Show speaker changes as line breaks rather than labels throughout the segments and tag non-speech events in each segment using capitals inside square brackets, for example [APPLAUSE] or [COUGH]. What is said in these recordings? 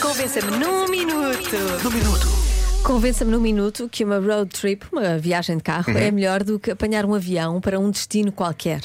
Convença-me num minuto.
No minuto.
Convença-me num minuto que uma road trip, uma viagem de carro,
Uhum.
é melhor do que apanhar um avião para um destino qualquer.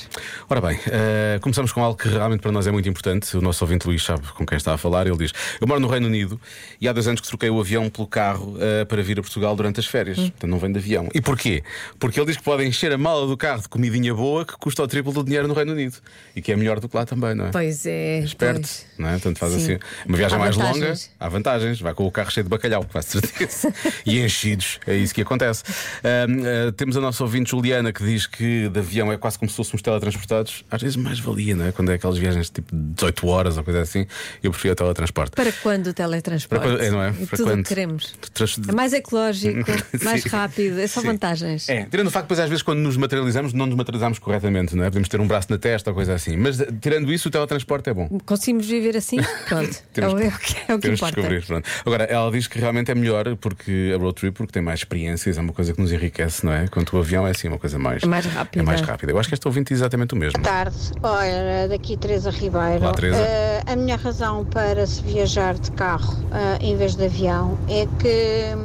Ora bem, eh, começamos com algo que realmente para nós é muito importante. O nosso ouvinte Luís sabe com quem está a falar. Ele diz: Eu moro no Reino Unido e há dois anos que troquei o avião pelo carro eh, para vir a Portugal durante as férias. Portanto, não vem de avião. E porquê? Porque ele diz que pode encher a mala do carro de comidinha boa que custa o triplo do dinheiro no Reino Unido e que é melhor do que lá também, não é?
Pois é.
Esperto, não é? Portanto, faz
Sim.
assim uma viagem
Há
mais longa,
vantagens.
há vantagens. Vai com o carro cheio de bacalhau, quase certeza. [LAUGHS] e enchidos, é isso que acontece. Ahm, ah, temos a nossa ouvinte Juliana que diz que de avião é quase como se fôssemos teletransportados. Às vezes mais valia, não é? Quando é aquelas viagens tipo de 18 horas ou coisa assim, eu prefiro o teletransporte.
Para quando o teletransporte?
Para quando- é, não é?
E
Para
tudo o
quando-
que queremos.
Trans-
É mais ecológico, mais
[LAUGHS] Sim.
rápido, é só
Sim.
vantagens.
É, tirando o facto, pois às vezes quando nos materializamos, não nos materializamos corretamente, não é? Podemos ter um braço na testa ou coisa assim. Mas eh, tirando isso, o teletransporte é bom.
Conseguimos viver
[LAUGHS]
assim? Pronto.
Temos-
é o, é o que, [LAUGHS] é o que
Temos de
importa.
descobrir, pronto. Agora, ela diz que realmente é melhor porque a road trip, porque tem mais experiências, é uma coisa que nos enriquece, não é? Quanto o avião é assim uma coisa mais.
É mais rápida.
É mais rápida. Eu acho que esta ouvinte diz exatamente o mesmo.
Boa tarde, olha, daqui Teresa Ribeiro.
Olá, Teresa.
Eh, a minha razão para se viajar de carro eh, em vez de avião é que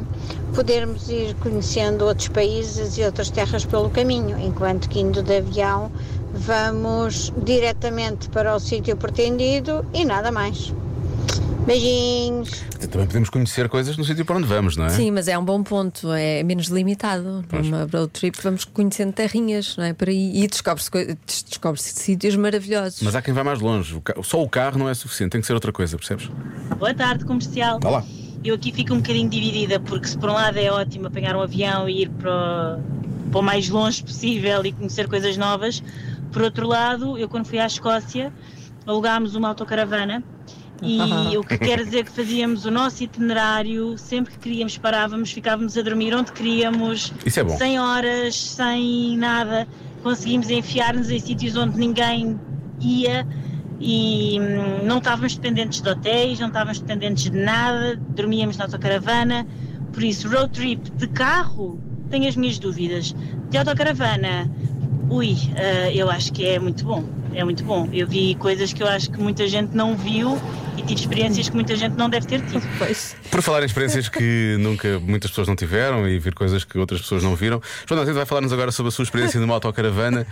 podermos ir conhecendo outros países e outras terras pelo caminho, enquanto que indo de avião vamos diretamente para o sítio pretendido e nada mais. Beijinhos.
Também podemos conhecer coisas no sítio para onde vamos, não é?
Sim, mas é um bom ponto, é menos limitado. Numa road trip vamos conhecendo terrinhas, não é? Por aí e descobre-se coi- des- descobre-se sítios maravilhosos.
Mas há quem vai mais longe. O ca- Só o carro não é suficiente, tem que ser outra coisa, percebes?
Boa tarde, comercial.
Vá lá.
Eu aqui fico um bocadinho dividida, porque se por um lado é ótimo apanhar um avião e ir para o, para o mais longe possível e conhecer coisas novas, por outro lado, eu quando fui à Escócia, alugámos uma autocaravana e o que quer dizer que fazíamos o nosso itinerário, sempre que queríamos parávamos, ficávamos a dormir onde queríamos,
Isso é bom.
sem horas, sem nada, conseguimos enfiar-nos em sítios onde ninguém ia e hum, não estávamos dependentes de hotéis, não estávamos dependentes de nada, dormíamos na autocaravana, por isso road trip de carro tenho as minhas dúvidas. De autocaravana, ui, ah, eu acho que é muito bom, é muito bom. Eu vi coisas que eu acho que muita gente não viu e tive experiências que muita gente não deve ter tido.
Pois.
Por falar em experiências que
[LAUGHS]
nunca muitas pessoas não tiveram e ver coisas que outras pessoas não viram, João Azevedo vai falar-nos agora sobre a sua experiência numa autocaravana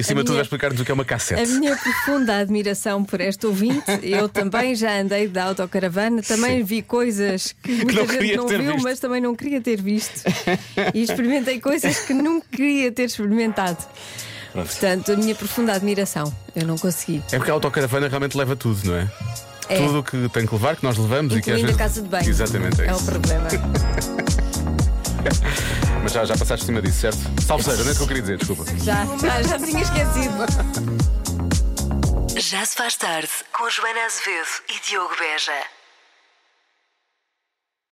A
acima de tudo,
minha-
vai explicar-nos o que é uma cassete.
A minha profunda admiração por este ouvinte. Eu também já andei da autocaravana, também
Sim.
vi coisas que muita
não
gente
querias
não
ter
viu,
visto.
mas também não queria ter visto. E experimentei coisas que não queria ter experimentado. Portanto, a minha profunda admiração. Eu não consegui.
É porque a autocaravana realmente leva tudo, não é?
É.
Tudo o que tem que levar, que nós levamos e que às
Incluindo a
vezes.
casa de banho.
Exatamente, é,
É o
isso.
problema.
Mas já, já passaste por cima disso, certo? Salve seja, não é isso que eu queria dizer, desculpa.
Já, já, já tinha esquecido.
Já se faz tarde com Joana Azevedo e Diogo Beja.